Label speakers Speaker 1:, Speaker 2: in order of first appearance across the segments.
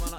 Speaker 1: もの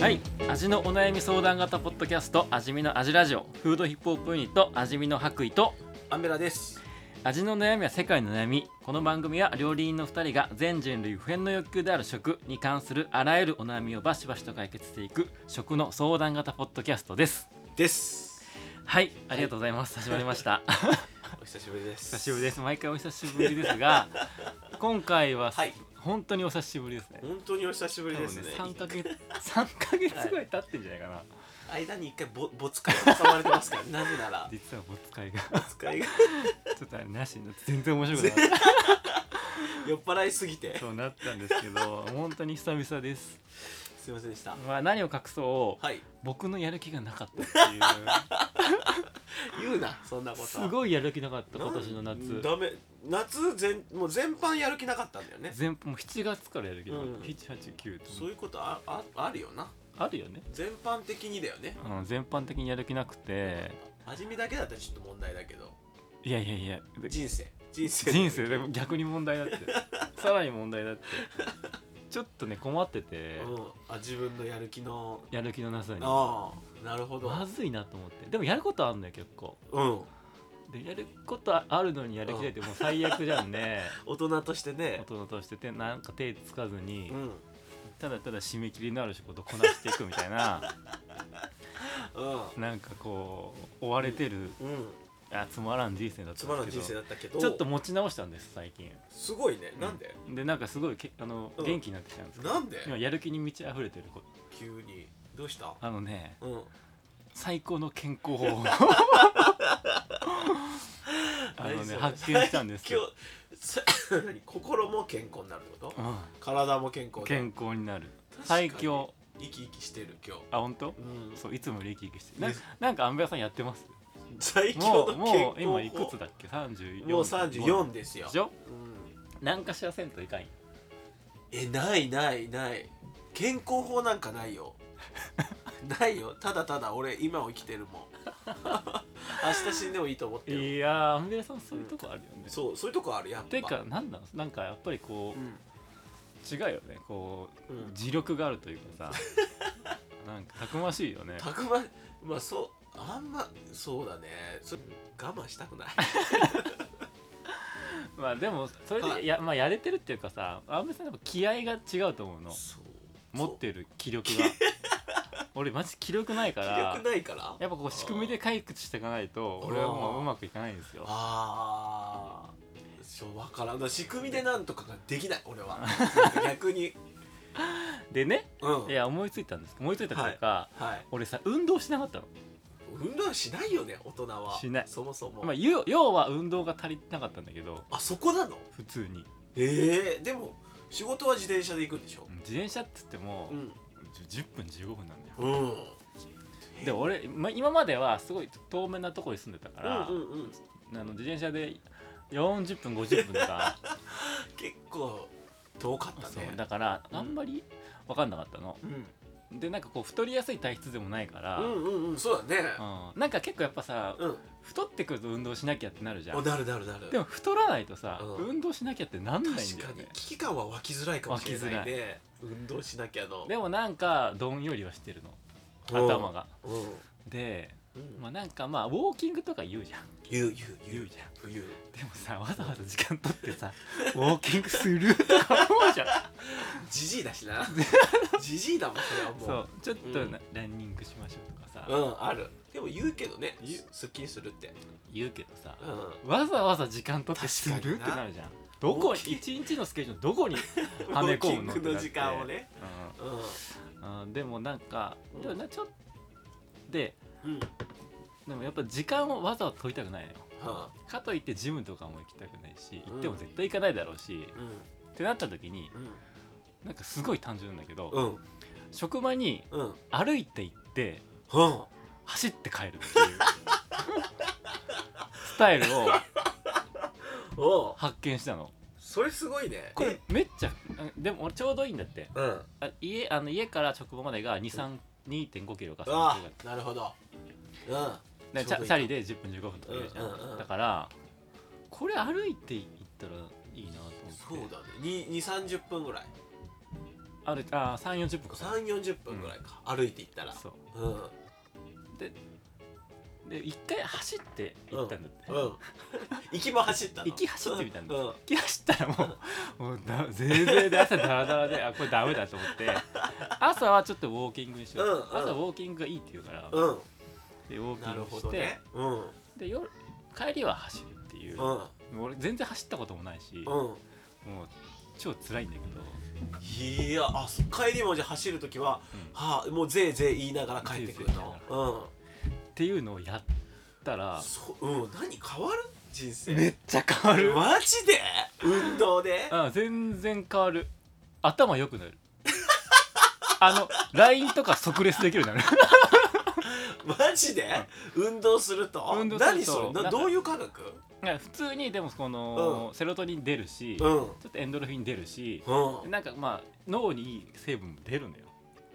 Speaker 2: はい味のお悩み相談型ポッドキャスト味見の味ラジオフードヒップホップユニット味見の白衣と
Speaker 3: アンベラです
Speaker 2: 味の悩みは世界の悩みこの番組は料理人の2人が全人類不変の欲求である食に関するあらゆるお悩みをバシバシと解決していく食の相談型ポッドキャストです
Speaker 3: です
Speaker 2: はいありがとうございます、始まりました
Speaker 3: お久しぶりです
Speaker 2: 久しぶりです毎回お久しぶりで すが今回は、
Speaker 3: はい
Speaker 2: 本当にお久しぶりですね
Speaker 3: 本当にお久しぶりですね
Speaker 2: 多分ね3ヶ月 三ヶ月ぐらい経ってんじゃないかな、
Speaker 3: 間に一回ぼボツ会が挟まれてますからなぜな ら
Speaker 2: 実はボツ会が
Speaker 3: ボツ会が
Speaker 2: ちょっとあれなしになって全然面白くなかった
Speaker 3: 酔っ払いすぎて
Speaker 2: そうなったんですけど本当に久々です、
Speaker 3: すいませんでした
Speaker 2: まあ、何を隠そう、
Speaker 3: はい
Speaker 2: 僕のやる気がなかったっていう
Speaker 3: 言うなそん なこと
Speaker 2: すごいやる気なかった今年の
Speaker 3: なん
Speaker 2: 夏
Speaker 3: ダメ夏全もう全般やる気なかったんだよね
Speaker 2: 全もう7月からやる気なかった、
Speaker 3: うん
Speaker 2: 789って
Speaker 3: そういうことあああるよな
Speaker 2: あるよね、
Speaker 3: 全般的にだよね
Speaker 2: うん、全般的にやる気なくて
Speaker 3: 味見だけだったらちょっと問題だけど
Speaker 2: いやいやいや
Speaker 3: 人生人生
Speaker 2: 人生でも逆に問題だ ってさらに問題だってちょっとね困ってて、
Speaker 3: うんあ自分のやる気の
Speaker 2: やる気のなさに
Speaker 3: ああなるほど、
Speaker 2: まずいなと思ってでもやることあるんだよ結構
Speaker 3: うん
Speaker 2: でやることあるのにやる気ないってもう最悪じゃ んね
Speaker 3: 大人として
Speaker 2: 大
Speaker 3: ね
Speaker 2: 人としててなんか手つかずに、
Speaker 3: うん、うん、
Speaker 2: ただただ締め切りのある仕事をこなしていくみたいな なんかこう追われてる、
Speaker 3: うん、
Speaker 2: あつまらん人生だった
Speaker 3: つまら
Speaker 2: ん
Speaker 3: ん
Speaker 2: です
Speaker 3: 人
Speaker 2: け
Speaker 3: 生
Speaker 2: ど
Speaker 3: だったけど
Speaker 2: ちょっと持ち直したんです最近
Speaker 3: すごいねなんで、
Speaker 2: でなんかすごいけあの、
Speaker 3: うん
Speaker 2: 元気になってきたんですけど
Speaker 3: なんで
Speaker 2: 今やる気に満ち溢れてる子
Speaker 3: 急にどうした
Speaker 2: あのね
Speaker 3: うん
Speaker 2: 最高の 健康法をあの
Speaker 3: 何そ
Speaker 2: ね
Speaker 3: れ
Speaker 2: 発見したんです
Speaker 3: 今
Speaker 2: よ、
Speaker 3: 日さ 何心も健康になるってこと
Speaker 2: う
Speaker 3: 体も健康
Speaker 2: ん、
Speaker 3: で
Speaker 2: 健康になる
Speaker 3: 確かに
Speaker 2: 最強
Speaker 3: 生き生きしてる今日
Speaker 2: あ本当
Speaker 3: うん
Speaker 2: そういつもより生き生きしてるな
Speaker 3: です
Speaker 2: なんかアンベラさんやってます
Speaker 3: 最
Speaker 2: も
Speaker 3: 強
Speaker 2: う
Speaker 3: の健康
Speaker 2: もう今いくつ
Speaker 3: だ
Speaker 2: だっけ34
Speaker 3: もう34ですよ
Speaker 2: でしょ
Speaker 3: うん
Speaker 2: 何かしらせんといかんよ
Speaker 3: えないないない健康法なんかない よないよただただ俺今を生きてるも ん明日死んでもいいと思ってる、
Speaker 2: いやーアンベラさんそういうとこあるよね、
Speaker 3: そうそういうとこあるやっぱ
Speaker 2: てかなんなのなんかやっぱりこ
Speaker 3: う
Speaker 2: うん違うよねこう、
Speaker 3: うん
Speaker 2: 磁力があるという かさなんかたくましいよね
Speaker 3: たくままあそうあんまそうだねそ我慢した くない
Speaker 2: まあでもそれでや,、まあ、やれてるっていうかさ安部さんやっぱ気合が違うと思うの
Speaker 3: そう
Speaker 2: 持ってる気力 が俺マジ気力ないか
Speaker 3: そう
Speaker 2: ら
Speaker 3: 気力ないから
Speaker 2: やっぱこう仕組みで解決していかないと俺はもううまくいかないんですよ
Speaker 3: ああそうわからんだから仕組みでなんとかができない俺 は逆に
Speaker 2: でね
Speaker 3: うん
Speaker 2: いや思いついたんです思いついたというか、
Speaker 3: はい
Speaker 2: 俺さ運動しなかったの、
Speaker 3: 運動しないよね大人は
Speaker 2: しない
Speaker 3: そもそも、
Speaker 2: まあ、ゆ要は運動が足りてなかったんだけど
Speaker 3: あそこなの
Speaker 2: 普通に
Speaker 3: ええでも仕事は自転車で行くんでしょ
Speaker 2: 自転車っつっても、
Speaker 3: うん
Speaker 2: じゅ10分15分なんだよ
Speaker 3: うんうん
Speaker 2: で俺、ま、今まではすごい遠めなとこに住んでたから、
Speaker 3: うんうん
Speaker 2: あの自転車で40分50分とか
Speaker 3: 結構遠かった
Speaker 2: そう
Speaker 3: ね
Speaker 2: だから
Speaker 3: うん
Speaker 2: あんまり分かんなかったの、
Speaker 3: うん
Speaker 2: でなんかこう太りやすい体質でもないから、
Speaker 3: うんうんうんそうだね
Speaker 2: うんなんか結構やっぱさ、
Speaker 3: うん
Speaker 2: 太ってくると運動しなきゃってなるじゃ
Speaker 3: お
Speaker 2: ん
Speaker 3: なるなるなる
Speaker 2: でも太らないとさ、
Speaker 3: うん
Speaker 2: 運動しなきゃってなんないんだよ
Speaker 3: 確かに
Speaker 2: ね
Speaker 3: 危機感は湧きづらいかもしれないね運動しなきゃの
Speaker 2: でもなんかどんよりはしてるの
Speaker 3: うん
Speaker 2: 頭が
Speaker 3: うん
Speaker 2: で
Speaker 3: うん
Speaker 2: まあなんかまあウォーキングとか言うじゃん
Speaker 3: 言う言う言
Speaker 2: 言う
Speaker 3: う
Speaker 2: じゃん
Speaker 3: 言う
Speaker 2: でもさわざわざ時間取ってさウォーキングするとか思うじゃん
Speaker 3: じじいだし なじじいだもんそれは
Speaker 2: そ
Speaker 3: もう
Speaker 2: うちょっと
Speaker 3: うん
Speaker 2: なランニングしましょうとかさ、
Speaker 3: うんあるでも言うけどね
Speaker 2: 言う
Speaker 3: すっきりするって
Speaker 2: 言うけどさ
Speaker 3: う、ん
Speaker 2: わざわざ時間取ってするっ
Speaker 3: 確
Speaker 2: て
Speaker 3: かにな
Speaker 2: なるじゃんどこ
Speaker 3: ウォーキング
Speaker 2: 一日のスケジュールどこ にはめ込むの
Speaker 3: ウォーキングの時間をね、
Speaker 2: っ
Speaker 3: うん
Speaker 2: てなってうんあーでもなんかでもなちょっとで
Speaker 3: うん
Speaker 2: でもやっぱ時間をわざわざ取りたくないのよ
Speaker 3: は
Speaker 2: かといってジムとかも行きたくないし行っても絶対行かないだろうし、
Speaker 3: あ、うん
Speaker 2: ってなった時に
Speaker 3: う
Speaker 2: なんかすごい単純なんだけど、
Speaker 3: んうん
Speaker 2: 職場に
Speaker 3: うん
Speaker 2: 歩いて行って
Speaker 3: うん
Speaker 2: 走って帰る っていうスタイルを
Speaker 3: おう
Speaker 2: 発見したの
Speaker 3: それすごいね
Speaker 2: これめっちゃでも俺ちょうどいいんだって
Speaker 3: うん
Speaker 2: あ家あの家から職場までが2 3 2.5キロか3キロ
Speaker 3: あ
Speaker 2: ぐらい
Speaker 3: あなるほどうん
Speaker 2: でチ
Speaker 3: ちょうどい
Speaker 2: ャ
Speaker 3: い
Speaker 2: チャリで10分15分とかいうじゃん,、
Speaker 3: うんうんうん
Speaker 2: だからこれ歩いて行ったらいいなと
Speaker 3: そう
Speaker 2: 思って
Speaker 3: だね2 3 0分ぐらい
Speaker 2: あるあ3 4 0分かかる
Speaker 3: 3 4 0分ぐらいか、歩いていったら
Speaker 2: そう
Speaker 3: うんうん
Speaker 2: で一回走って行ったんだって、
Speaker 3: 行きも走ったの
Speaker 2: 行き走ってみたんだ
Speaker 3: うん
Speaker 2: 気がしたらもうもうだ全然で朝ダラダラであこれダメだと思って朝はちょっとウォーキングにしよう、
Speaker 3: うんうん
Speaker 2: 朝ウォーキングがいいって言うから、
Speaker 3: うん、うん
Speaker 2: でウォーキ
Speaker 3: な
Speaker 2: ン
Speaker 3: る
Speaker 2: グ
Speaker 3: ほど
Speaker 2: して、
Speaker 3: ねうんうん
Speaker 2: で夜帰りは走るっていう、俺全然走ったこともないし、もう
Speaker 3: うん
Speaker 2: 超辛いんだけど
Speaker 3: いやあそ帰りもじゃあ走るときは、
Speaker 2: うん
Speaker 3: はあもうぜいぜい言いながら帰ってくる
Speaker 2: ぜいぜい言いな
Speaker 3: の
Speaker 2: っていうのをやった
Speaker 3: う
Speaker 2: ら
Speaker 3: んそうん何変わる人生
Speaker 2: めっちゃ変わる、
Speaker 3: マジで運動で
Speaker 2: うん、全然変わる頭良くなる あの LINE とか即レスできるように なる
Speaker 3: マジで運動すると
Speaker 2: 運動すると
Speaker 3: 何それ
Speaker 2: な
Speaker 3: なん
Speaker 2: か
Speaker 3: どういう科学
Speaker 2: いや普通にでもこの、セロトニン出るし、
Speaker 3: うん
Speaker 2: ちょっとエンドルフィン出るし、
Speaker 3: うん
Speaker 2: なんかまあ脳にいい成分も出るのよ、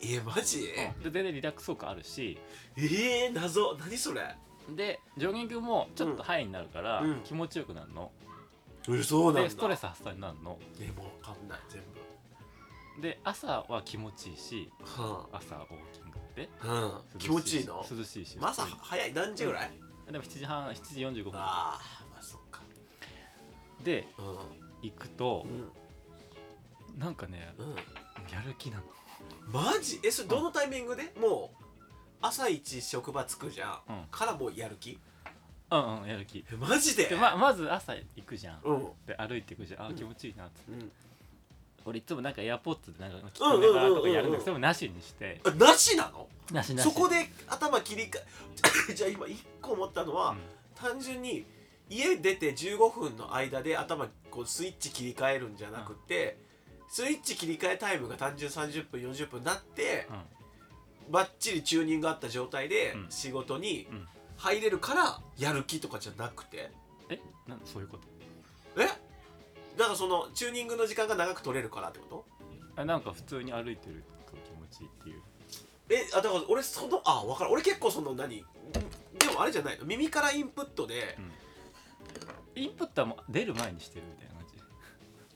Speaker 3: えマジ
Speaker 2: で全然リラックス効果あるし
Speaker 3: えー、謎何それ
Speaker 2: でジョギングもちょっとハイになるから、
Speaker 3: うん
Speaker 2: 気持ちよくなるの、
Speaker 3: えそうなんだ
Speaker 2: でストレス発散になるの
Speaker 3: えもうわかんない全部
Speaker 2: で朝は気持ちいいし
Speaker 3: は
Speaker 2: 朝ウォーキングって
Speaker 3: あ、うん、気持ちいいの
Speaker 2: 涼しいし
Speaker 3: まさ
Speaker 2: 普通に
Speaker 3: 早い何時ぐらい、
Speaker 2: でも7時半7時45分
Speaker 3: ああまあそっか
Speaker 2: で
Speaker 3: う
Speaker 2: 行くと
Speaker 3: んうん
Speaker 2: なんかね
Speaker 3: うん
Speaker 2: やる気なの
Speaker 3: マジえそれどのタイミングで、もう朝一職場着くじゃん、
Speaker 2: うん
Speaker 3: からもうやる気
Speaker 2: うんうんやる気
Speaker 3: えマジで
Speaker 2: でままず朝行くじゃん
Speaker 3: うん
Speaker 2: で歩いていくじゃんあー気持ちいいなっつって
Speaker 3: うん
Speaker 2: 俺いつもなんかエアポッツでなんか聞きながらとかやるんだけどそれもなしにして
Speaker 3: あなしなの
Speaker 2: なしなし
Speaker 3: そこで頭切り替え じゃあ今一個思ったのは、
Speaker 2: うん
Speaker 3: 単純に家出て15分の間で頭こうスイッチ切り替えるんじゃなくて、スイッチ切り替えタイムが単純30分40分になって、
Speaker 2: うん
Speaker 3: ばっちりチューニングがあった状態で
Speaker 2: うん
Speaker 3: 仕事に
Speaker 2: うん
Speaker 3: 入れるからやる気とかじゃなくて
Speaker 2: えなんそういうこと
Speaker 3: えだからそのチューニングの時間が長く取れるからってこと
Speaker 2: あなんか普通に歩いてると気持ちいいっていう
Speaker 3: えあだから俺そのあ分かる俺結構その何でもあれじゃないの耳からインプットで、
Speaker 2: インプットはもう出る前にしてるみたいな感じ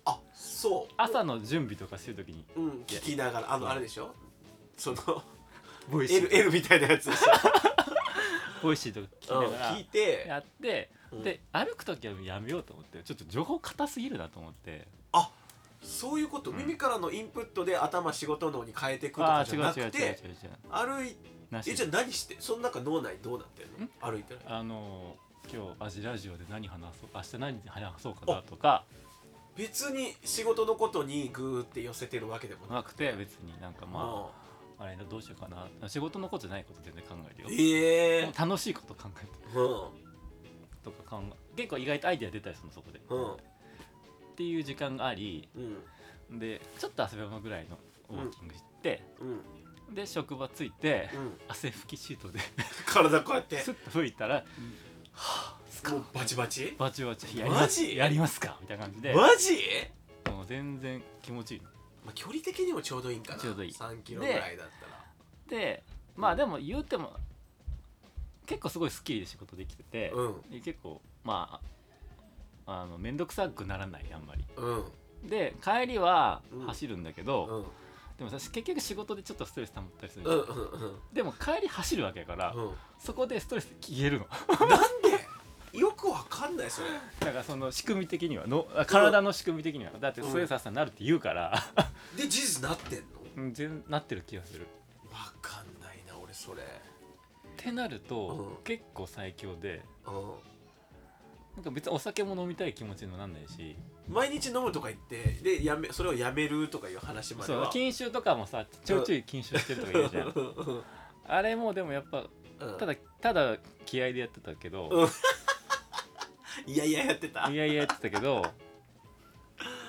Speaker 3: あそ
Speaker 2: 朝の準備とかしてる時に
Speaker 3: う、うん、聞きながらあのあれでしょその
Speaker 2: ボイシ
Speaker 3: L,
Speaker 2: ー
Speaker 3: L みたいなやつでし
Speaker 2: ボイシーと
Speaker 3: ょ、
Speaker 2: か
Speaker 3: うん
Speaker 2: 聞きなが
Speaker 3: 聞いて
Speaker 2: らやって
Speaker 3: うん
Speaker 2: で歩く時はやめようと思ってちょっと情報硬すぎるなと思って
Speaker 3: あそういうこと、耳からのインプットで頭仕事脳に変えていくと
Speaker 2: あ
Speaker 3: か
Speaker 2: あ
Speaker 3: じ
Speaker 2: 違
Speaker 3: ゃ
Speaker 2: う
Speaker 3: な
Speaker 2: 違う違
Speaker 3: く
Speaker 2: う違う違う
Speaker 3: て歩い
Speaker 2: な
Speaker 3: え
Speaker 2: し
Speaker 3: じゃあ何してその中脳内どうなってんの
Speaker 2: ん
Speaker 3: 歩いてる
Speaker 2: あのー今日アジラジオで何話そう明日何話そうかなとか
Speaker 3: 別に仕事のことにグーって寄せてるわけでもない
Speaker 2: なくて別になんかまああれどうしようかな仕事のことじゃないこと全然考える
Speaker 3: うん
Speaker 2: よ
Speaker 3: え
Speaker 2: も
Speaker 3: え
Speaker 2: う楽しいこと考えてとか考え結構意外とアイデア出たりするのそこで、
Speaker 3: うんうん
Speaker 2: っていう時間があり
Speaker 3: うん
Speaker 2: でちょっと汗ばむぐらいのウォーキングして、
Speaker 3: うん
Speaker 2: で職場着いて、
Speaker 3: うん
Speaker 2: 汗拭きシートで
Speaker 3: 体こうやって
Speaker 2: スッと拭いたら
Speaker 3: もうバチバチ
Speaker 2: バチバチやり
Speaker 3: マ
Speaker 2: ます
Speaker 3: ジ
Speaker 2: やりますかみたいな感じで
Speaker 3: マジ
Speaker 2: もう全然気持ちいいの
Speaker 3: まあ距離的にもちょうどいいんかな
Speaker 2: ちょうどいい
Speaker 3: 3キロぐらいだったら
Speaker 2: でまあでも言うても結構すごいスッキリで仕事できてて、
Speaker 3: うん
Speaker 2: で結構まああの面倒くさくならないあんまり
Speaker 3: うん
Speaker 2: で帰りは
Speaker 3: うん
Speaker 2: 走るんだけど、
Speaker 3: うん
Speaker 2: でも私結局仕事でちょっとストレス溜まったりするじゃ
Speaker 3: うん
Speaker 2: ん、
Speaker 3: うんうん
Speaker 2: でも帰り走るわけやから、
Speaker 3: うん
Speaker 2: そこでストレス消えるの
Speaker 3: よくわかんないそれ
Speaker 2: だからその仕組み的にはのあ体の仕組み的にはだってストレス発散になるって言うから、
Speaker 3: で事実なってんの
Speaker 2: うん、 全なってる気がする
Speaker 3: わかんないな俺それ
Speaker 2: ってなると、
Speaker 3: うん
Speaker 2: 結構最強で
Speaker 3: うん
Speaker 2: なんか別にお酒も飲みたい気持ちにもなんないし
Speaker 3: 毎日飲むとか言ってでやめそれをやめるとかいう話まで
Speaker 2: そう
Speaker 3: は
Speaker 2: 禁酒とかもさちょいちょい禁酒してるとか言うじゃんあれもでもやっぱ
Speaker 3: うん
Speaker 2: ただただ気合でやってたけど、
Speaker 3: いやいややってた
Speaker 2: いやいややってたけど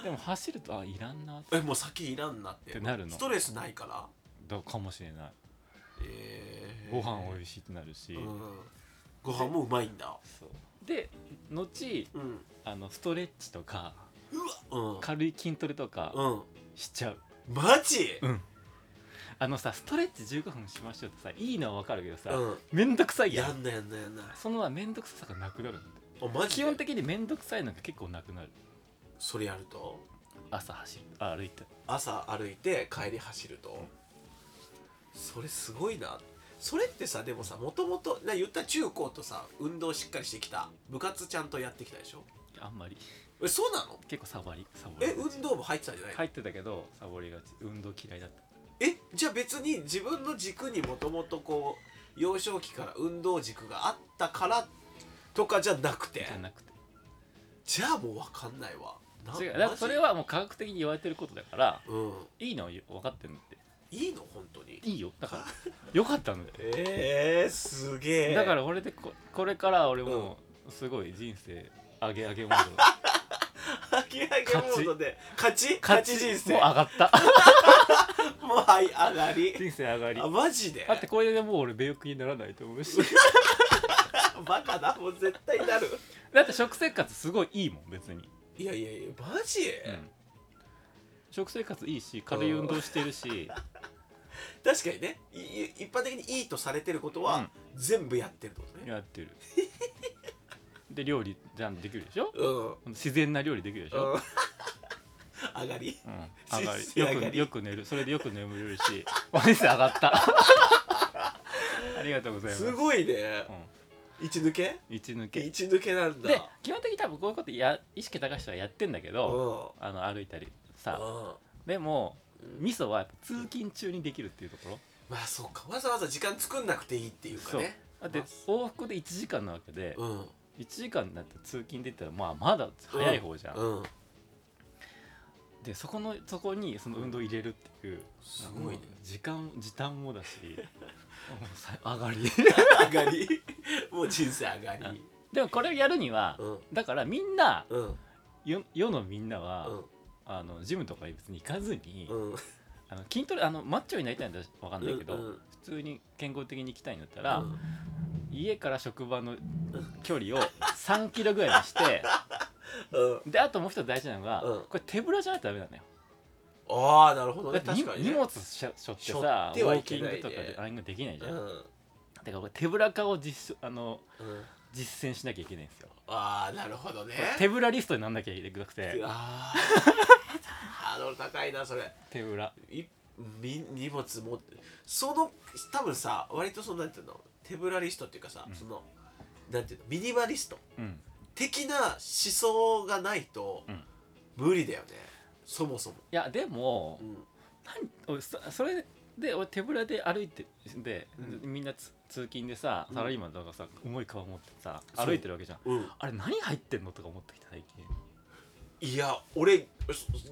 Speaker 2: でも走るとあいらんなっ
Speaker 3: えもう酒いらんなって
Speaker 2: ってなるの
Speaker 3: ストレスないから
Speaker 2: てかもしれない
Speaker 3: えー
Speaker 2: ご飯美味しいってなるし、
Speaker 3: うんご飯もうまいんだ
Speaker 2: そうで後
Speaker 3: うん
Speaker 2: あのストレッチとか
Speaker 3: うん
Speaker 2: 軽い筋トレとか
Speaker 3: うん
Speaker 2: しちゃう、
Speaker 3: マジ
Speaker 2: あのさストレッチ15分しましょうってさいいのはわかるけどさ、
Speaker 3: うん
Speaker 2: めんどくさい
Speaker 3: や
Speaker 2: やん
Speaker 3: んなやんなやんな
Speaker 2: そのめんどくささがなくなるんだよ
Speaker 3: あマジ
Speaker 2: 基本
Speaker 3: で
Speaker 2: 的にめんどくさいのが結構なくなる
Speaker 3: それやると
Speaker 2: 朝走るあ歩いて
Speaker 3: 朝歩いて帰り走るとそれすごいなそれってさでもさもともとな言ったら中高とさ運動しっかりしてきた部活ちゃんとやってきたでしょ
Speaker 2: あんまり
Speaker 3: えそうなの
Speaker 2: 結構サボりサボり
Speaker 3: え
Speaker 2: がち
Speaker 3: 運動部入ってたんじゃないの
Speaker 2: 入ってたけどサボりがち運動嫌いだった
Speaker 3: えじゃあ別に自分の軸にもともとこう幼少期から運動軸があったからとかじゃなくて
Speaker 2: じゃなくて
Speaker 3: じゃあもう分かんないわな
Speaker 2: 違うだから
Speaker 3: マジ
Speaker 2: それはもう科学的に言われてることだから
Speaker 3: うん
Speaker 2: いいのは分かってるんだって
Speaker 3: いいの本当に
Speaker 2: いいよだからよかったんだよ
Speaker 3: ええすげえ
Speaker 2: だから俺でここれから俺もすごい人生上げ上げモード
Speaker 3: かき上げモードで勝ち 勝ち人生
Speaker 2: もう上がった
Speaker 3: もうはい上がり
Speaker 2: 人生上がり
Speaker 3: あマジで
Speaker 2: だってこれでもう俺病気にならないと思 うし
Speaker 3: バカだもう絶対なる
Speaker 2: だって食生活すごいいいもん別に、
Speaker 3: いやいやいやマジ、
Speaker 2: うん食生活いいし軽い運動してるし
Speaker 3: 確かにねいい一般的にいいとされてることは、
Speaker 2: うん
Speaker 3: 全部やってるってことね
Speaker 2: やってる で料理じゃんできるでしょ
Speaker 3: うん
Speaker 2: 自然な料理できるでしょ、
Speaker 3: うん 上がり
Speaker 2: うん、上が
Speaker 3: 人
Speaker 2: り
Speaker 3: 生
Speaker 2: よ
Speaker 3: 上が
Speaker 2: く
Speaker 3: り
Speaker 2: よく寝るそれでよく眠れ るしお店上がった ありがとうございます
Speaker 3: すごいね、位置抜け
Speaker 2: うん、一抜け
Speaker 3: 位置抜けなんだ
Speaker 2: で基本的に多分こういうことや意識高い人はやってんだけ
Speaker 3: うん
Speaker 2: ど、あの歩いたりさ
Speaker 3: うん
Speaker 2: でも味噌はやっぱ通勤中にできるっていうところ
Speaker 3: まあそうかわざわざ時間作んなくていいっていうか
Speaker 2: そう
Speaker 3: ね
Speaker 2: だって往復で1時間なわけで
Speaker 3: うん
Speaker 2: 1時間だって通勤で言ったらまあまだ早い方じゃん、
Speaker 3: うん
Speaker 2: でそこのそこにその運動入れるっていう、
Speaker 3: すごいね
Speaker 2: もう時間時短も だしもうさ上がり
Speaker 3: 上がりもう人生上がり
Speaker 2: でもこれをやるには、
Speaker 3: うん
Speaker 2: だからみんな
Speaker 3: うん
Speaker 2: よ世のみんなは、
Speaker 3: うん
Speaker 2: あのジムとかに別に行かずに、
Speaker 3: うん
Speaker 2: あの筋トレあのマッチョになりたいんだわかんないけど、
Speaker 3: うんうん
Speaker 2: 普通に健康的に行きたいんだったら、
Speaker 3: うん
Speaker 2: 家から職場の距離を3キロぐらいにして
Speaker 3: うん
Speaker 2: であともう一つ大事なのが、
Speaker 3: うん
Speaker 2: これ手ぶらじゃないとダメなのよ。
Speaker 3: ああなるほどね
Speaker 2: だって
Speaker 3: 確か
Speaker 2: に
Speaker 3: にね
Speaker 2: 荷物しょ背負って
Speaker 3: 背負
Speaker 2: さ
Speaker 3: って
Speaker 2: ウ
Speaker 3: は
Speaker 2: ォー
Speaker 3: い
Speaker 2: キ
Speaker 3: け
Speaker 2: ン
Speaker 3: ない
Speaker 2: グ
Speaker 3: ね
Speaker 2: とかであれができないじゃん、
Speaker 3: う
Speaker 2: だか
Speaker 3: ん
Speaker 2: らこれ手ぶら化を実あの
Speaker 3: うん
Speaker 2: 実践しなきゃいけないんですよ
Speaker 3: ああなるほどね
Speaker 2: これ手ぶらリストになんなきゃいけなくて
Speaker 3: ああハードル高いなそれ
Speaker 2: 手ぶら
Speaker 3: いみ荷物持ってその多分さ割とそのなんていうの手ぶらリストっていうかさ、そのなんていうのミニマリスト
Speaker 2: うん
Speaker 3: 的な思想がないと、
Speaker 2: うん
Speaker 3: 無理だよねそもそも、
Speaker 2: いやでも
Speaker 3: うん
Speaker 2: 何俺そそれで俺手ぶらで歩いてで、みんなつ通勤でさサラリーマンとかさ、重い顔持ってさ
Speaker 3: そう
Speaker 2: 歩いてるわけじゃん
Speaker 3: うん、
Speaker 2: あれ何入ってんのとか思ってきた最近
Speaker 3: いや俺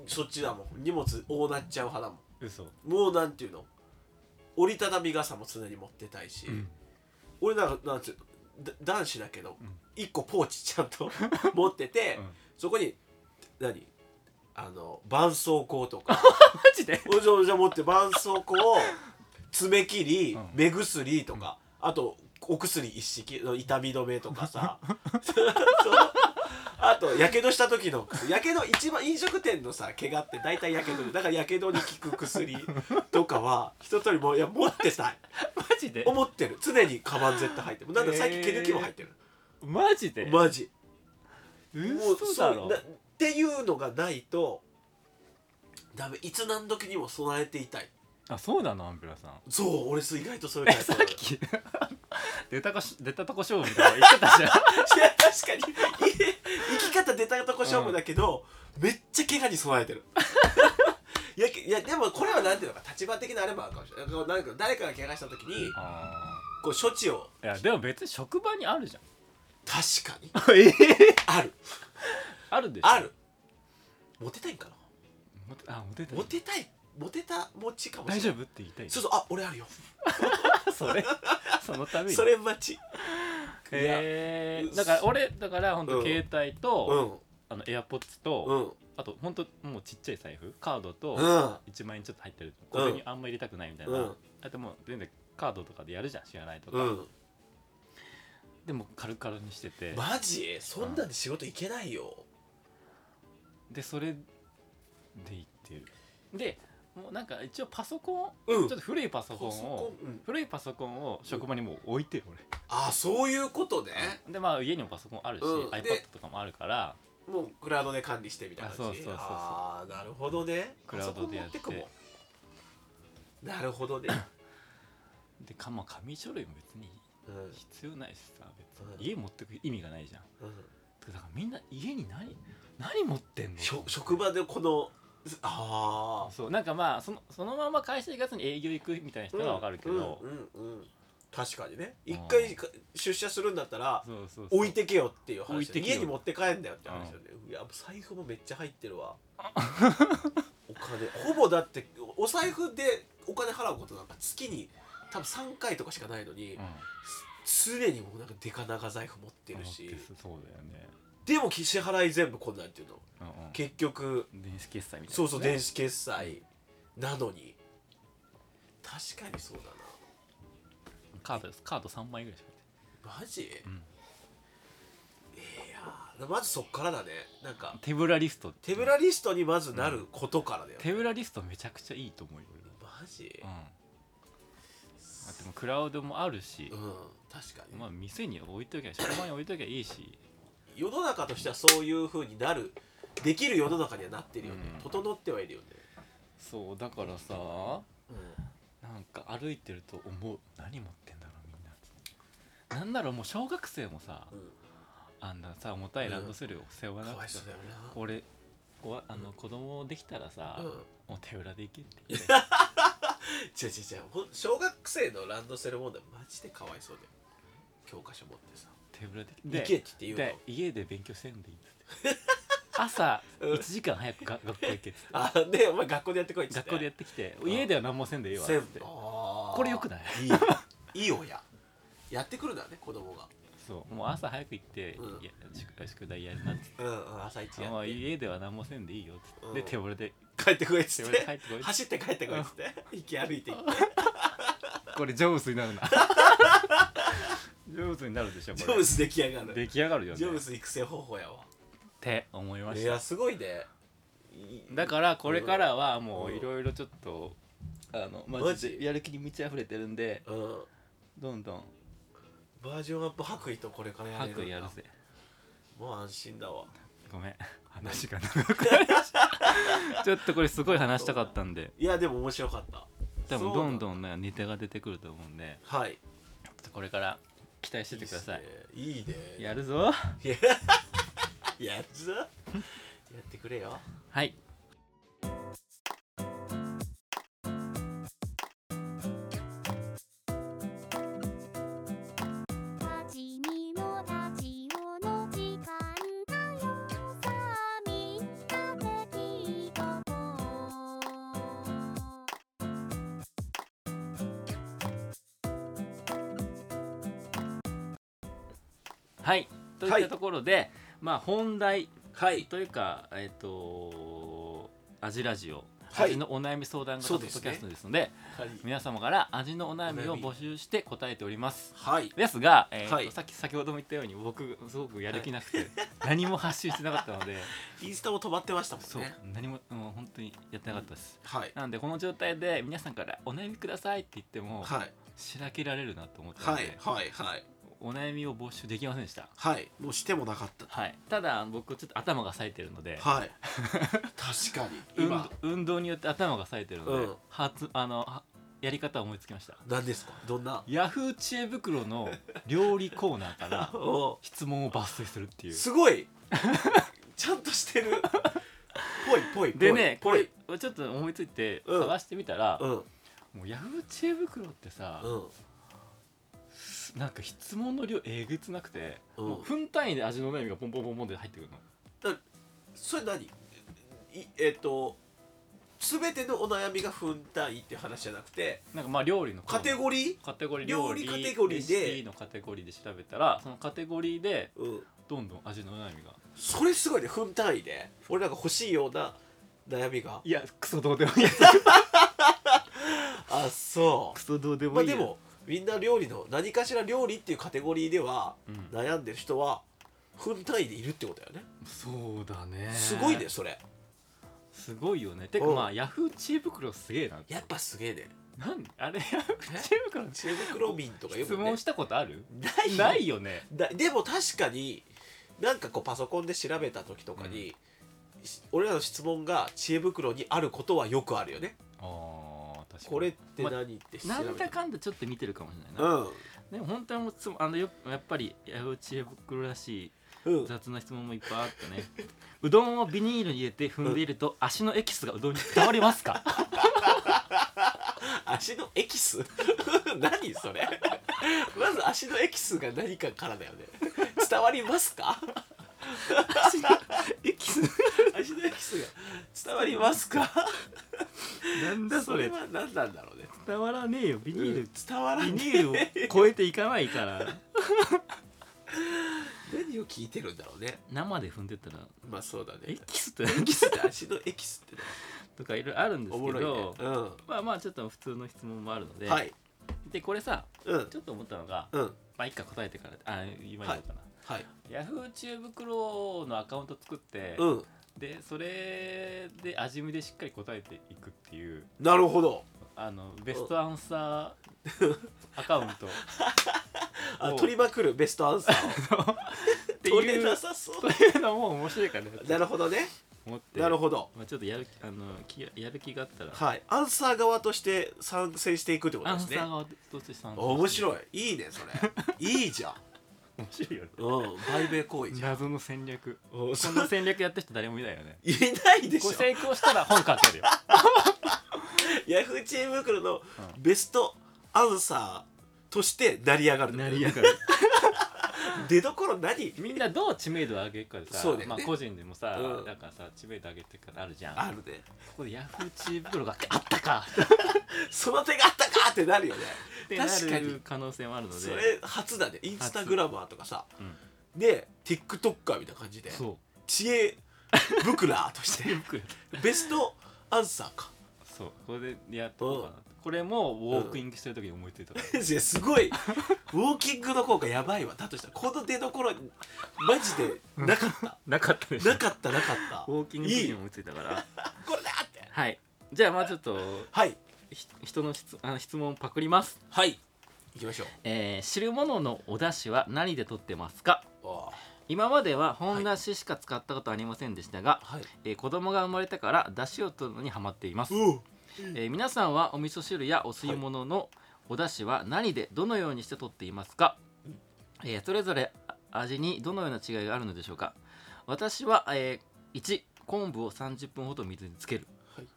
Speaker 3: そそっちだもん荷物多なっちゃう派だもん
Speaker 2: 嘘
Speaker 3: もうなんていうの折りたたみ傘も常に持ってたいし、
Speaker 2: ん
Speaker 3: 俺なんかなんていうのだ男子だけど、一個ポーチちゃんと 持ってて、
Speaker 2: うん
Speaker 3: そこに何あの絆創膏とか
Speaker 2: マジで
Speaker 3: おじゃおじゃ持って絆創膏を爪切り、
Speaker 2: うん
Speaker 3: 目薬とか、あとお薬一式の痛み止めとか さ そうあとやけどした時のやけど一番飲食店のさ怪我って大体やけどだからやけどに効く薬とかは一通りもういや持ってたい
Speaker 2: マジ で
Speaker 3: 思ってる常にカバン絶対入ってるなんだ最近毛抜きも入ってる、
Speaker 2: マジで
Speaker 3: マジ
Speaker 2: 嘘だ
Speaker 3: も
Speaker 2: ろ
Speaker 3: うそうなっていうのがないとダメいつ何時にも備えていたい
Speaker 2: あそうなのアンブラさん
Speaker 3: そう俺す意外とそういうタイプ
Speaker 2: さ
Speaker 3: な
Speaker 2: っ
Speaker 3: の
Speaker 2: き 出たかし出たとこ勝負みたいなの言って たじゃん
Speaker 3: いや確かにい 生き方出たとこ勝負だけど、めっちゃ怪我に備え てるいやいやでもこれはなんていうのか立場的なあれもあるかもしれないなんか誰かが怪我した時に
Speaker 2: あ
Speaker 3: こう処置を
Speaker 2: ーいやでも別に職場にあるじゃん
Speaker 3: 確かに
Speaker 2: え
Speaker 3: ある
Speaker 2: あるでしょ
Speaker 3: あるモテたいんかな
Speaker 2: モテあモテてる
Speaker 3: モテたいモテた持ちかも
Speaker 2: 大
Speaker 3: し
Speaker 2: 丈
Speaker 3: れない
Speaker 2: 夫って言いたい
Speaker 3: そうそうあ俺あるよ
Speaker 2: それそのために
Speaker 3: それ待ち
Speaker 2: へえだから俺だから本
Speaker 3: う
Speaker 2: 当
Speaker 3: ん
Speaker 2: 携帯
Speaker 3: う
Speaker 2: と、
Speaker 3: ん
Speaker 2: あのエアポッツ
Speaker 3: う
Speaker 2: と、
Speaker 3: ん
Speaker 2: あと本当もうちっちゃい財布カード
Speaker 3: う
Speaker 2: と、
Speaker 3: ん
Speaker 2: 1万円ちょっと入ってるこれにあんま入れたくないみたいな、
Speaker 3: うん
Speaker 2: だってもう全然カードとかでやるじゃん支払いとか、
Speaker 3: うん
Speaker 2: でも軽々にしてて、
Speaker 3: マジそんなんで仕事行けないよ
Speaker 2: でそれで行ってるでもうなんか一応パソコン、
Speaker 3: うん
Speaker 2: ちょっと古いパソコンを
Speaker 3: パソコンうん
Speaker 2: 古いパソコンを職場にもう置いてる俺、
Speaker 3: あそういうことね
Speaker 2: でまあ家にもパソコンあるし、
Speaker 3: うんで
Speaker 2: iPad とかもあるから
Speaker 3: もうクラウドで管理してみたいな
Speaker 2: あそ
Speaker 3: 感
Speaker 2: うそ
Speaker 3: じ
Speaker 2: うそうそう
Speaker 3: ああなるほどね
Speaker 2: クラウドでやって
Speaker 3: あそこ持こもなるほどね、
Speaker 2: でかまあ紙書類も別に
Speaker 3: うん
Speaker 2: 必要ないしさ別
Speaker 3: うん
Speaker 2: に家持ってく意味がないじゃん
Speaker 3: うん
Speaker 2: だからみんな家に何何持ってんの
Speaker 3: しょ職場でこのあ
Speaker 2: そうなんかまあそのそのまま会社行かずに営業行くみたいな
Speaker 3: あ
Speaker 2: 人はわかるけど、
Speaker 3: うんうんうん確かにね
Speaker 2: うん
Speaker 3: 一回か出社するんだったら
Speaker 2: そうそうそう
Speaker 3: 置いてけよっていう
Speaker 2: 置い
Speaker 3: 話
Speaker 2: て
Speaker 3: で
Speaker 2: けよ
Speaker 3: 家に持って帰んだよって話だよね、いや財布もめっちゃ入ってるわお金ほぼだってお財布でお金払うことなんか月に多分3回とかしかないのに、
Speaker 2: うん
Speaker 3: 常にもうなんかデカ長財布持ってるし
Speaker 2: 思ってそうだよね
Speaker 3: でも支払い全部こんなんっていうの
Speaker 2: うんうん
Speaker 3: 結局
Speaker 2: 電子決済みたいな、
Speaker 3: そうそう電子決済なのに確かにそうだ
Speaker 2: カードですカード3枚ぐらいしか入って
Speaker 3: なマジ、
Speaker 2: ん
Speaker 3: いやーまずそっからだねなんか
Speaker 2: ない手ぶらリスト
Speaker 3: 手ぶらリストにまずなることからだよ、
Speaker 2: 手ぶらリストめちゃくちゃいいと思うよ俺は
Speaker 3: マジ
Speaker 2: うんあでもクラウドもあるし
Speaker 3: うん、、確かに、
Speaker 2: まあ店に置いときゃ職場に置いときゃいいし
Speaker 3: 世の中としてはそういう風になるできる世の中にはなってるよね、
Speaker 2: うん
Speaker 3: 整ってはいるよね、
Speaker 2: そうだからさなんか歩いてると思う何持ってんだろうみんななんならもう小学生もさ
Speaker 3: うん
Speaker 2: あんなさ重たいランドセルを背負わな
Speaker 3: かわ
Speaker 2: く
Speaker 3: い
Speaker 2: て
Speaker 3: そうだよな
Speaker 2: 俺おあの子供できたらさ、
Speaker 3: うん
Speaker 2: もう手裏でいけって言って
Speaker 3: 違う違う違うほん小学生のランドセル問題マジでかわいそうだよ教科書持ってさ
Speaker 2: 手ぶらで
Speaker 3: 「
Speaker 2: で
Speaker 3: 行け」って言って言う
Speaker 2: で
Speaker 3: の
Speaker 2: 家で勉強せんでいいっ つって朝
Speaker 3: うん
Speaker 2: 1時間早くが学校行 けっつって
Speaker 3: あでお前学校でやってこいっつって
Speaker 2: 学校でやってきて
Speaker 3: ん
Speaker 2: 家では何もせんでいいわっつ
Speaker 3: せ
Speaker 2: って
Speaker 3: んあー
Speaker 2: これ良くない
Speaker 3: いいいい親やってくるんだね子供が
Speaker 2: そうもう朝早く行って
Speaker 3: うん
Speaker 2: いや宿題宿題やるなっつっ
Speaker 3: うんうん朝一
Speaker 2: て
Speaker 3: や
Speaker 2: も
Speaker 3: っ
Speaker 2: う
Speaker 3: て
Speaker 2: 家では何もせんでいいよっつって、
Speaker 3: うん
Speaker 2: で手ぶらで
Speaker 3: 帰ってこいっつっ
Speaker 2: 手ぶら
Speaker 3: て
Speaker 2: で帰ってこいっつって
Speaker 3: 走って帰ってこいっつって 行き歩いて行って
Speaker 2: これ上手になるな上手になるでしょ
Speaker 3: ジ
Speaker 2: こ
Speaker 3: ョ
Speaker 2: れ
Speaker 3: ブス出来上が
Speaker 2: 出
Speaker 3: る
Speaker 2: 来上がるよね
Speaker 3: ジョブス育成方法やわ
Speaker 2: って思いま
Speaker 3: い
Speaker 2: した
Speaker 3: やすごいね
Speaker 2: だからこれからはもういろいろちょっとあのマ
Speaker 3: マ
Speaker 2: ジ
Speaker 3: ジ
Speaker 2: でやる気に満ち溢れてるんで
Speaker 3: うん
Speaker 2: どんどん
Speaker 3: バージョンアップ白衣とこれからやれる
Speaker 2: 白衣やるぜ
Speaker 3: もう安心だわ
Speaker 2: ごめん話が長くなりましたちょっとこれすごい話したかったんで
Speaker 3: いやでも面白かった
Speaker 2: 多分どん
Speaker 3: ん
Speaker 2: どんねネタが出てくると思うんで
Speaker 3: はい
Speaker 2: ちょっとこれから期待しててください
Speaker 3: いいっすねいいね
Speaker 2: やるぞ
Speaker 3: や っつやってくれよ
Speaker 2: はい
Speaker 4: 立ちにも立ちよの時間だよさあみんなで聞いとこう
Speaker 2: はいといったところで、まあ本題
Speaker 3: はい
Speaker 2: というかえっ、と味ラジオ、
Speaker 3: はい
Speaker 2: 味のお悩み相談型
Speaker 3: そ
Speaker 2: ポ
Speaker 3: うで
Speaker 2: ッド
Speaker 3: す
Speaker 2: キ
Speaker 3: ね
Speaker 2: ャストですので
Speaker 3: はい
Speaker 2: 皆様から味のお悩みを募集して答えております
Speaker 3: はい
Speaker 2: ですが、えーと
Speaker 3: はい
Speaker 2: さっき先ほども言ったように僕すごくやる気なくて、何も発信してなかったので
Speaker 3: インスタも止まってましたも
Speaker 2: そ
Speaker 3: ん
Speaker 2: う
Speaker 3: ね
Speaker 2: 何ももう本当にやってなかったです、
Speaker 3: はい
Speaker 2: なのでこの状態で皆さんから「お悩みください」って言っても、
Speaker 3: はい
Speaker 2: しらけられるなと思ったの
Speaker 3: は
Speaker 2: で、
Speaker 3: いはいはい
Speaker 2: お悩みを募集できませんでした、
Speaker 3: はいもうしてもなかった
Speaker 2: はい、ただ僕ちょっと頭が冴えてるので、
Speaker 3: はい確かに
Speaker 2: 運
Speaker 3: 今
Speaker 2: 運動によって頭が冴えてるので、
Speaker 3: うん
Speaker 2: 発あのはやり方を思いつきました
Speaker 3: 何ですかどんな
Speaker 2: ヤフー知恵袋の料理コーナーから
Speaker 3: お
Speaker 2: 質問を抜粋するっていう
Speaker 3: すごい ちゃんとして るぽいぽいぽい
Speaker 2: でねこ
Speaker 3: ぽ
Speaker 2: れ
Speaker 3: い
Speaker 2: ちょっと思いついて
Speaker 3: うん
Speaker 2: 探してみたら、
Speaker 3: うん
Speaker 2: もうヤフー知恵袋ってさ、
Speaker 3: うん
Speaker 2: なんか質問の量えぐつなくて、
Speaker 3: うん
Speaker 2: もう分単位で味の悩みがポンポンポンポンって入ってくるの
Speaker 3: それ何いえっ、と全てのお悩みが分単位っていう話じゃなくて
Speaker 2: なんかまあ料理の
Speaker 3: カテゴリ
Speaker 2: カテゴリー
Speaker 3: 料理カテゴリーで
Speaker 2: レシピのカテゴリーで調べたらそのカテゴリーで
Speaker 3: ー、うん、
Speaker 2: どんどん味の悩みが
Speaker 3: それすごいね分単位で俺なんか欲しいような悩みが
Speaker 2: いやクソどうでもいい
Speaker 3: あそ
Speaker 2: クソどうで
Speaker 3: うま
Speaker 2: も
Speaker 3: あ
Speaker 2: いい
Speaker 3: で
Speaker 2: や
Speaker 3: もみんな料理の何かしら料理っていうカテゴリーでは
Speaker 2: うん
Speaker 3: 悩んでる人は分単位でいるってことだよね
Speaker 2: そうだね
Speaker 3: すごいねそれ
Speaker 2: すごいよねてか
Speaker 3: うん
Speaker 2: まあヤフー知恵袋すげえな
Speaker 3: やっぱすげえね
Speaker 2: なんあれヤフー知恵袋
Speaker 3: 知恵袋民とかよ
Speaker 2: 質
Speaker 3: くね
Speaker 2: 問したことある
Speaker 3: ないよ
Speaker 2: ないよね
Speaker 3: だでも確かになんかこうパソコンで調べた時とかに、し俺らの質問が知恵袋にあることはよくあるよね
Speaker 2: ああ確かに
Speaker 3: これって何って調べ
Speaker 2: なんだ
Speaker 3: た
Speaker 2: かんだちょっと見てるかもしれないな、
Speaker 3: うん
Speaker 2: でも本当にもうつあのよやっぱりヤフー知恵袋らしい
Speaker 3: うん
Speaker 2: 雑な質問もいっぱいあったねうどんをビニールに入れて踏んでいると足のエキスがうどんに伝わりますか
Speaker 3: 足のエキス 何それ まず足のエキスが何かからだよね伝わりますか
Speaker 2: 足のエキス
Speaker 3: 足のエキスが伝わりますか
Speaker 2: なんだそ
Speaker 3: それ
Speaker 2: れ
Speaker 3: は何なんだろうね、
Speaker 2: 伝わらねえよビニール、
Speaker 3: 伝わら
Speaker 2: ビニ
Speaker 3: ね
Speaker 2: ールを超えていかないから
Speaker 3: 何を聞いてるんだろうね
Speaker 2: 生で踏んでたら
Speaker 3: まあそうだね
Speaker 2: エ
Speaker 3: エ
Speaker 2: キスって
Speaker 3: キスって足のエキスってね
Speaker 2: とかいろいろあるんです
Speaker 3: お
Speaker 2: け
Speaker 3: もろいね
Speaker 2: ど、
Speaker 3: うん
Speaker 2: まあまあちょっと普通の質問もあるので、
Speaker 3: はい
Speaker 2: でこれさ
Speaker 3: うん
Speaker 2: ちょっと思ったのが、
Speaker 3: うん
Speaker 2: まあ一回答えてからあ今言おうかな、
Speaker 3: はい
Speaker 2: ヤフー知恵袋のアカウント作って、
Speaker 3: うん
Speaker 2: でそれで味見でしっかり答えていくっていう
Speaker 3: なるほど
Speaker 2: あのベストアンサ ーアカウント
Speaker 3: あ
Speaker 2: おう
Speaker 3: 取りまくるベストアンサ ー
Speaker 2: って
Speaker 3: 取れ
Speaker 2: いう
Speaker 3: なさそう
Speaker 2: そういうのも面白いかな
Speaker 3: な
Speaker 2: と
Speaker 3: るほどね
Speaker 2: 思って
Speaker 3: なるほど
Speaker 2: まあ、ちょっとやる気あの気やる気があったら、
Speaker 3: はいアンサー側として参戦していくってこと
Speaker 2: ア
Speaker 3: で
Speaker 2: ン
Speaker 3: す
Speaker 2: サ
Speaker 3: ね
Speaker 2: ーがどうして参
Speaker 3: 面
Speaker 2: い
Speaker 3: 白いいいねそ れいいじゃん
Speaker 2: 面白いよね
Speaker 3: うん売名行為じゃん
Speaker 2: 謎の戦略
Speaker 3: うん
Speaker 2: こ
Speaker 3: そ
Speaker 2: ん
Speaker 3: ん
Speaker 2: な
Speaker 3: な
Speaker 2: 戦略やった人誰もいないよね
Speaker 3: いないでし
Speaker 2: こ
Speaker 3: ょ
Speaker 2: れ成功したら本書けるよ
Speaker 3: ヤフー知恵袋のベストアンサーとして成り上がる
Speaker 2: 成り上がる
Speaker 3: 出どころ何
Speaker 2: みんなどう知名度を上げるかでさ、
Speaker 3: そうだよね
Speaker 2: まあ個人でもさ、
Speaker 3: うん
Speaker 2: なんかさ知名度上げてからあるじゃん
Speaker 3: あるね
Speaker 2: ここでヤフー知恵袋があったか
Speaker 3: その手があったかってなるよね
Speaker 2: ってな
Speaker 3: 確か
Speaker 2: る
Speaker 3: に
Speaker 2: 可能性もあるので
Speaker 3: それ初だねインスタグラマーとかさ
Speaker 2: うん
Speaker 3: で TikToker みたいな感じで
Speaker 2: そう
Speaker 3: 知恵袋として
Speaker 2: 僕
Speaker 3: ベストアンサーか
Speaker 2: そうこれでやっとこうかなこれもウォークイングしてる時に思いついたから、
Speaker 3: いやすごいウォーキングの効果やばいわだとしたらこの出どころマジでなかった
Speaker 2: なかったで
Speaker 3: なかったなかった
Speaker 2: ウォーキング
Speaker 3: い
Speaker 2: の時
Speaker 3: い
Speaker 2: に思いついたから
Speaker 3: これだって
Speaker 2: はいじゃあまあちょっと
Speaker 3: はい
Speaker 2: ひ人の質あの質問パクります、
Speaker 3: はい行きましょう
Speaker 2: えー、汁物のお出汁は何で取ってますか
Speaker 3: あ
Speaker 2: 今までは本だししか使ったことありませんでしたが、
Speaker 3: ーはい
Speaker 2: えー子供が生まれたから出汁を取るのにハマっています、
Speaker 3: うん
Speaker 2: えー皆さんはお味噌汁やお吸い物のお出汁は何でどのようにして取っていますか、えーそれぞれあ味にどのような違いがあるのでしょうか私は、えー1昆布を30分ほど水につける、
Speaker 3: はい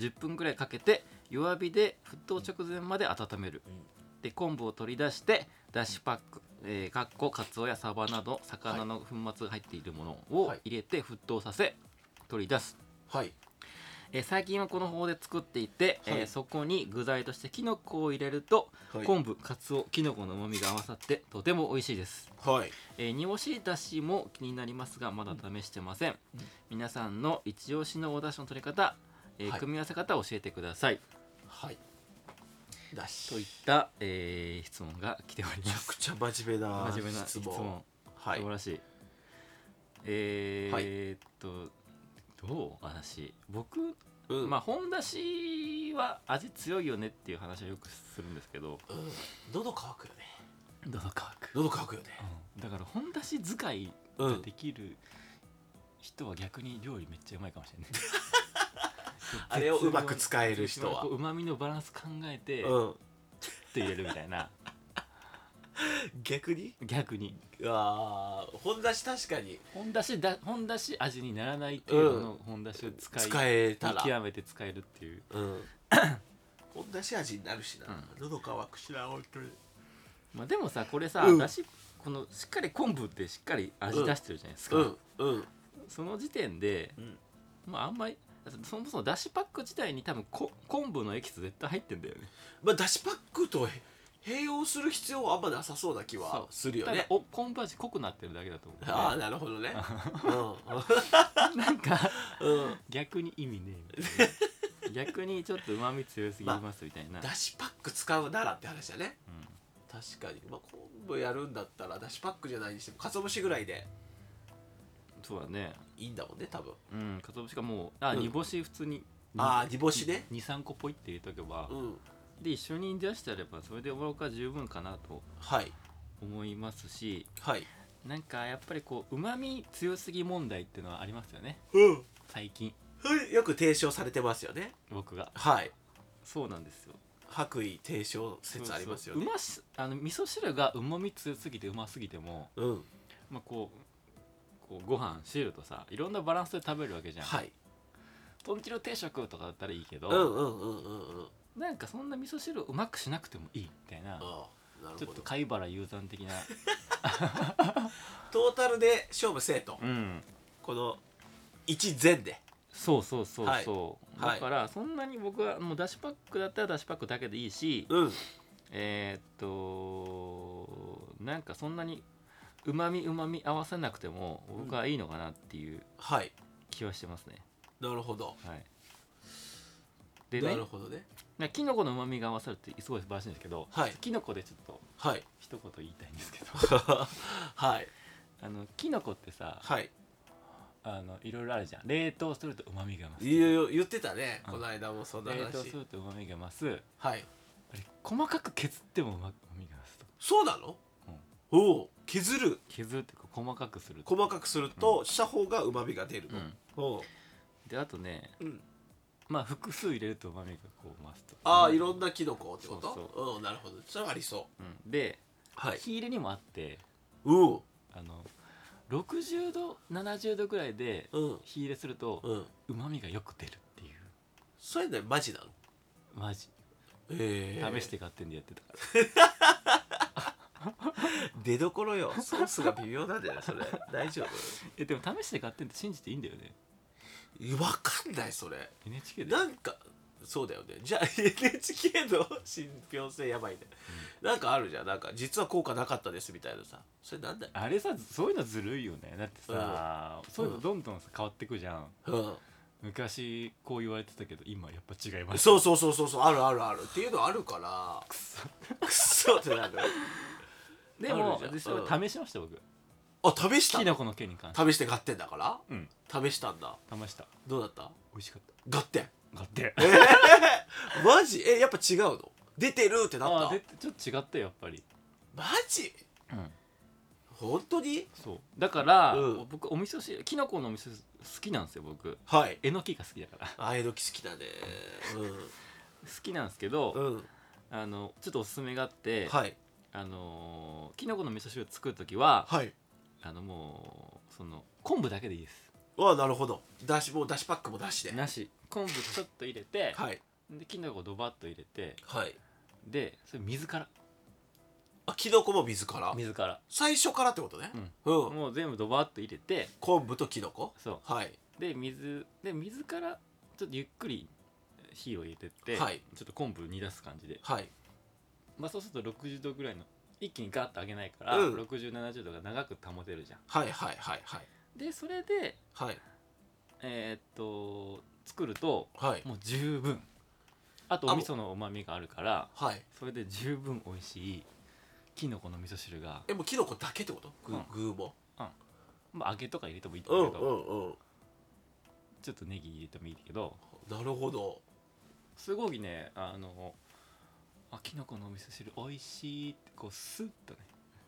Speaker 2: 210分くらいかけて弱火で沸騰直前まで温める、
Speaker 3: うん
Speaker 2: で昆布を取り出してだしパック、えーかっこかつおやサバなど魚の粉末が入っているものを
Speaker 3: はい
Speaker 2: 入れて沸騰させ取り出す
Speaker 3: はい
Speaker 2: えー最近はこの方法で作っていて、
Speaker 3: はい
Speaker 2: えーそこに具材としてきのこを入れると、
Speaker 3: はい
Speaker 2: 昆布かつおきのこのうまみが合わさってとても美味しいです、
Speaker 3: はい
Speaker 2: えー煮干しだしも気になりますがまだ試してません、皆さんの一押しのお出汁の取り方、えー
Speaker 3: はい
Speaker 2: 組み合わせ方を教えてください
Speaker 3: はいだし
Speaker 2: といっ
Speaker 3: め
Speaker 2: た、えー質問が来ておりま
Speaker 3: ちゃ
Speaker 2: す
Speaker 3: くちゃ真面目な
Speaker 2: 真面目な
Speaker 3: 質
Speaker 2: 質
Speaker 3: 問
Speaker 2: 問
Speaker 3: は
Speaker 2: 素
Speaker 3: い
Speaker 2: 晴らしいえー
Speaker 3: はい
Speaker 2: えーっとどう私僕
Speaker 3: うん
Speaker 2: まあ本だしは味強いよねっていう話はよくするんですけど
Speaker 3: うん喉乾くよね
Speaker 2: どの乾く、
Speaker 3: 喉乾くよね
Speaker 2: うん、だから本だし使い
Speaker 3: うん
Speaker 2: できる人は逆に料理めっちゃうまいかもしれない
Speaker 3: あれをうまく使える人は
Speaker 2: うまみのバランス考えてっ
Speaker 3: うん
Speaker 2: て入れるみたいな
Speaker 3: 逆に
Speaker 2: 逆に
Speaker 3: あー本出し確かに
Speaker 2: 本だしだ本だし味にならない程度の本だしを使い、
Speaker 3: 使えたら
Speaker 2: 極めて使えるっていう
Speaker 3: うん 本出し味になるしな、喉乾くしな本当に
Speaker 2: まあでもさこれさ、
Speaker 3: うん
Speaker 2: だしこのしっかり昆布ってしっかり味出してるじゃないですか、
Speaker 3: うんうん
Speaker 2: その時点で、
Speaker 3: ん
Speaker 2: まああんまりそもそもだしパック自体に多分こ昆布のエキス絶対入ってんだよね
Speaker 3: まあだしパックと併用する必要はあんまなさそうな気は
Speaker 2: そう
Speaker 3: するよ
Speaker 2: ただ
Speaker 3: ね
Speaker 2: お昆布味濃くなってるだけだと思う、
Speaker 3: ああなるほ どね
Speaker 2: なんか
Speaker 3: うん、うん、
Speaker 2: 逆に意味ねえみたい な逆にちょっとうまみ強すぎますみたいな、
Speaker 3: だしパック使うならって話だね
Speaker 2: うん
Speaker 3: 確かにまあ昆布やるんだったらだしパックじゃないにしても鰹節ぐらいで
Speaker 2: そうだね
Speaker 3: いいんだもんね多分
Speaker 2: うんかつお節がもうあ
Speaker 3: うん
Speaker 2: 煮干し普通に
Speaker 3: ああ煮干しね
Speaker 2: 23個ポイって入れとけば、
Speaker 3: うん
Speaker 2: で一緒に出してあればそれで僕は十分かなと
Speaker 3: はい
Speaker 2: 思いますし
Speaker 3: はい
Speaker 2: なんかやっぱりこううまみ強すぎ問題っていうのはありますよね
Speaker 3: うん
Speaker 2: 最近
Speaker 3: はいよく提唱されてますよね
Speaker 2: 僕が
Speaker 3: はい
Speaker 2: そうなんですよ
Speaker 3: 白衣提唱説ありますよ
Speaker 2: そう
Speaker 3: ね
Speaker 2: そううましあの味噌汁がうまみ強すぎてうますぎても、
Speaker 3: うん
Speaker 2: まあ、こうこうご飯汁とさいろんなバランスで食べるわけじゃん、
Speaker 3: はい
Speaker 2: とんちの定食とかだったらいいけど、
Speaker 3: うんうんうんうんうんうん
Speaker 2: なんかそんな味噌汁をうまくしなくてもいいみたいな、
Speaker 3: ああなる
Speaker 2: ちょ
Speaker 3: ほ
Speaker 2: っ
Speaker 3: ど
Speaker 2: と貝原雄山的 な
Speaker 3: トータルで勝負せえと
Speaker 2: うん
Speaker 3: この一善で
Speaker 2: そうそうそうそう、
Speaker 3: はいはい
Speaker 2: だからそんなに僕はもうだしパックだったらだしパックだけでいいし、
Speaker 3: うん
Speaker 2: えーっとなんかそんなにうまみうまみ合わせなくても僕はいいのかなっていう
Speaker 3: はい
Speaker 2: 気はしてますね、
Speaker 3: なるほど
Speaker 2: はいで
Speaker 3: な
Speaker 2: ね
Speaker 3: るほどね
Speaker 2: なきのこのうまみが合わさるってすごい素晴らしいんですけど、
Speaker 3: はい
Speaker 2: きのこでちょっと
Speaker 3: はい
Speaker 2: 一言言いたいんですけど
Speaker 3: はい
Speaker 2: あのきのこってさ
Speaker 3: はい
Speaker 2: あのいろいろあるじゃん冷凍するとうまみが増す
Speaker 3: 言う言ってたね
Speaker 2: うん
Speaker 3: この間もそんな
Speaker 2: 冷凍
Speaker 3: 話
Speaker 2: するとうまみが増す
Speaker 3: はい
Speaker 2: あれ細かく削ってもうまみが増すと
Speaker 3: そうなの
Speaker 2: うん
Speaker 3: おお削る
Speaker 2: 削るっていうか細かくすると
Speaker 3: 細かくするとした方がうまみが出る
Speaker 2: う
Speaker 3: の
Speaker 2: ん
Speaker 3: おう
Speaker 2: であとね
Speaker 3: うん
Speaker 2: まあ複数入れるとうまみがこう増すと
Speaker 3: ああいろんなキノコってこ
Speaker 2: そう
Speaker 3: とうんなるほどそれはありそう
Speaker 2: うん、で
Speaker 3: はい
Speaker 2: 火入れにもあって
Speaker 3: うん
Speaker 2: あの60度70度ぐらいで
Speaker 3: うん
Speaker 2: 火入れすると
Speaker 3: うん
Speaker 2: うまみがよく出るっていう
Speaker 3: それねマジなの
Speaker 2: マジ
Speaker 3: ええ
Speaker 2: 試して勝手にやってたから、
Speaker 3: 出どころよソースが微妙なんだよねそれ大丈
Speaker 2: えでも試して勝手にって信じていいんだよね
Speaker 3: 夫 わかんないそれ
Speaker 2: NHK で
Speaker 3: なんかそうだよねじゃあ NHK の信憑性やばいね、なんかあるじゃんなんか実は効果なかったですみたいなさそれなんだよ
Speaker 2: あれさそういうのずるいよねだってさ、そういうのどんどんさ変わってくじゃん
Speaker 3: う
Speaker 2: 昔こう言われてたけど今やっぱ違いま
Speaker 3: ん
Speaker 2: す
Speaker 3: そうそうそうそうそうあるあるあるっていうのあるからくそくそってなる
Speaker 2: で
Speaker 3: ある
Speaker 2: も
Speaker 3: じゃん
Speaker 2: 実際は試しました僕
Speaker 3: あ試した
Speaker 2: き
Speaker 3: の
Speaker 2: のこの件に関して
Speaker 3: 試して買ってんだから
Speaker 2: うん
Speaker 3: 試したんだ
Speaker 2: 試した
Speaker 3: どうだった
Speaker 2: 美味しかっ
Speaker 3: 合点
Speaker 2: た買って
Speaker 3: マジえやっぱ違うの出てるってな
Speaker 2: あ
Speaker 3: っ
Speaker 2: あで
Speaker 3: た
Speaker 2: ちょっと違ったよやっぱり
Speaker 3: マジ
Speaker 2: うん
Speaker 3: 本当に
Speaker 2: そうだから、
Speaker 3: うん
Speaker 2: 僕お味噌汁きのこのお味噌汁好きなんですよ僕
Speaker 3: はい
Speaker 2: えのきが好きだから 好
Speaker 3: あえどき好きだね
Speaker 2: きなんですけど、
Speaker 3: うん、うん、
Speaker 2: あのちょっとおすすめがあって、
Speaker 3: はい
Speaker 2: あのーきのこの味噌汁作る時は、
Speaker 3: はい
Speaker 2: あのもうその昆布だけでいいです
Speaker 3: あなるほどだしもうだしパックも出して
Speaker 2: なし昆布ちょっと入れて、
Speaker 3: はい
Speaker 2: できのこドバッと入れて
Speaker 3: はい
Speaker 2: でそれ水から
Speaker 3: あきのこも水から
Speaker 2: 水から
Speaker 3: 最初からってことねうん、
Speaker 2: もう全部ドバッと入れて
Speaker 3: 昆布ときのこ
Speaker 2: そ
Speaker 3: はいう
Speaker 2: で水で水からちょっとゆっくり火を入れてって、
Speaker 3: はい
Speaker 2: ちょっと昆布煮出す感じで
Speaker 3: はい
Speaker 2: まあ、そうすると60度ぐらいの一気にガッと上げないから、
Speaker 3: うん
Speaker 2: 6070度が長く保てるじゃん
Speaker 3: はいはいはいはい
Speaker 2: でそれで
Speaker 3: はい
Speaker 2: えーっと作ると
Speaker 3: はい
Speaker 2: もう十分あと
Speaker 3: あ
Speaker 2: お味噌のうまみがあるから
Speaker 3: はい
Speaker 2: それで十分美味しいきのこの味噌汁が、
Speaker 3: えもうきのこだけってこと具,、
Speaker 2: うん
Speaker 3: 具も
Speaker 2: まあ、揚げとか入れてもいいん
Speaker 3: う
Speaker 2: だけ
Speaker 3: んうん
Speaker 2: ど、
Speaker 3: うん
Speaker 2: ちょっとネギ入れてもいいけど
Speaker 3: なるほど
Speaker 2: すごいねあのあきのこのお味噌汁美味しいってこうスッとね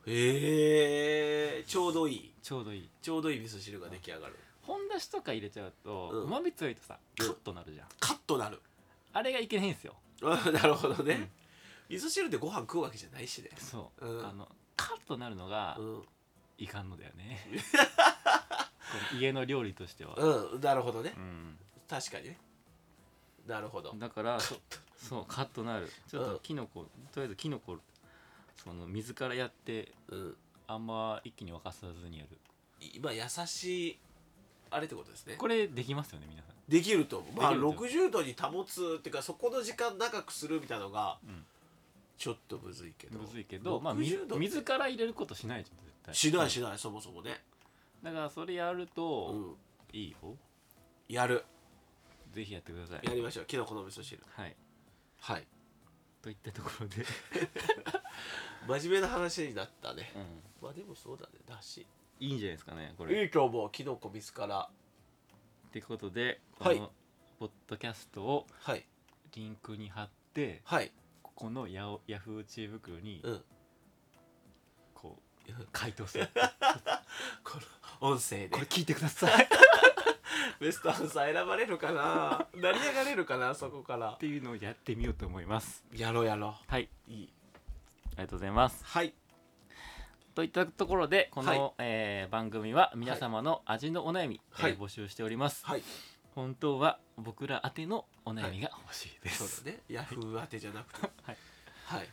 Speaker 3: へえちょうどいい
Speaker 2: ちょうどいい
Speaker 3: ちょうどいい味噌汁が出来上がる
Speaker 2: 本だしとか入れちゃうと
Speaker 3: うん
Speaker 2: うま、み強いとさ
Speaker 3: う
Speaker 2: カ
Speaker 3: ん
Speaker 2: ッとなるじゃん、
Speaker 3: カッとなる
Speaker 2: あれがいけないんですよ
Speaker 3: うんなるほどね、味噌汁でご飯食うわけじゃないしね
Speaker 2: そう、
Speaker 3: うん
Speaker 2: あのカッとなるのが
Speaker 3: うん、
Speaker 2: いかんのだよねこの家の料理としては、
Speaker 3: うん、なるほどね
Speaker 2: うん
Speaker 3: 確かにねなるほど
Speaker 2: だからそそうカッとなるちょっ
Speaker 3: うん
Speaker 2: とキノコ、とりあえずキノコその水からやって
Speaker 3: うん
Speaker 2: あんま一気に沸かさずにやる
Speaker 3: 今優しいあれってことですね
Speaker 2: これできますよね皆さん
Speaker 3: できると思うまあ
Speaker 2: でき
Speaker 3: 60
Speaker 2: ると
Speaker 3: 度に保つっていうかそこの時間長くするみたいなのが
Speaker 2: うん
Speaker 3: ちょっとむずいけど、
Speaker 2: むずいけど、まあ、水
Speaker 3: 60度
Speaker 2: 水から入れることしないじゃん絶対
Speaker 3: しないしないそもそもね、
Speaker 2: だからそれやる
Speaker 3: う
Speaker 2: と
Speaker 3: ん、
Speaker 2: いいよ
Speaker 3: やる
Speaker 2: ぜひやってください
Speaker 3: やりましょうきのこの味噌汁
Speaker 2: はい
Speaker 3: はい
Speaker 2: といったところで、
Speaker 3: 真面目な話になったねまあでもそうだねだし
Speaker 2: いいんじゃないですかねこれ
Speaker 3: いいと思うきのこ水から
Speaker 2: ってことでこ
Speaker 3: はい
Speaker 2: のポッドキャストを
Speaker 3: はい
Speaker 2: リンクに貼って
Speaker 3: はい
Speaker 2: ここのヤオヤフー知恵袋に
Speaker 3: うん
Speaker 2: こう
Speaker 3: うん
Speaker 2: 回答する
Speaker 3: この音声で
Speaker 2: これ聞いてく ださいっ
Speaker 3: ベストアンサー選ばれるかな成り上がれるかなそこから
Speaker 2: ていうのをやってみようと思います
Speaker 3: やろうやろ
Speaker 2: はいう
Speaker 3: いい
Speaker 2: ありがとうございます
Speaker 3: はい
Speaker 2: といったところでこの、
Speaker 3: はい
Speaker 2: えー番組は皆様の味のお悩み、
Speaker 3: はい
Speaker 2: えー募集しております、
Speaker 3: はい
Speaker 2: 本当は僕ら宛てのお悩みが欲しいで
Speaker 3: そう
Speaker 2: す、
Speaker 3: だねヤフー当てじゃなくて
Speaker 2: はい
Speaker 3: はい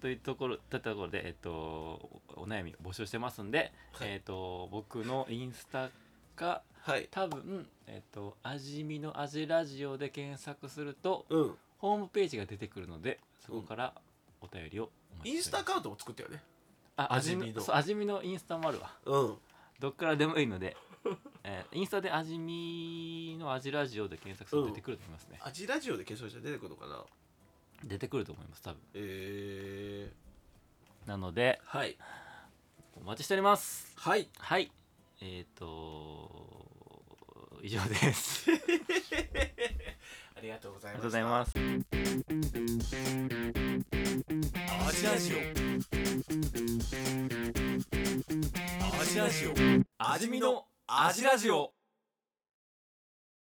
Speaker 2: というところだったところで、えっと、おお悩みを募集してますんで、
Speaker 3: はい
Speaker 2: えっと、僕のインスタか
Speaker 3: はい
Speaker 2: 多分、えっと、味見の味ラジオで検索すると
Speaker 3: うん
Speaker 2: ホームページが出てくるのでそこからお便りをお
Speaker 3: イ
Speaker 2: 待
Speaker 3: ン
Speaker 2: ち
Speaker 3: ス
Speaker 2: してお
Speaker 3: タア
Speaker 2: り
Speaker 3: カウ
Speaker 2: ます
Speaker 3: ントも作ったよね
Speaker 2: あ味
Speaker 3: 味見
Speaker 2: 見
Speaker 3: の
Speaker 2: のそう味見のインスタもあるわ
Speaker 3: うん
Speaker 2: どっからでもいいので、えーインスタで味見の味ラジオで検索すると出てくると思いますね、
Speaker 3: 味ラジオで検索したら出てくるのかな
Speaker 2: 出てくると思います多分
Speaker 3: えー、
Speaker 2: なので
Speaker 3: はい
Speaker 2: お待ちしております
Speaker 3: はい
Speaker 2: はいえっ、と以上です
Speaker 3: ありがとうござ
Speaker 2: あ
Speaker 3: い
Speaker 2: りがと
Speaker 3: ま
Speaker 2: う
Speaker 3: す
Speaker 2: ございます
Speaker 3: アジラジオアジラジオ
Speaker 2: 味見の味ラジオ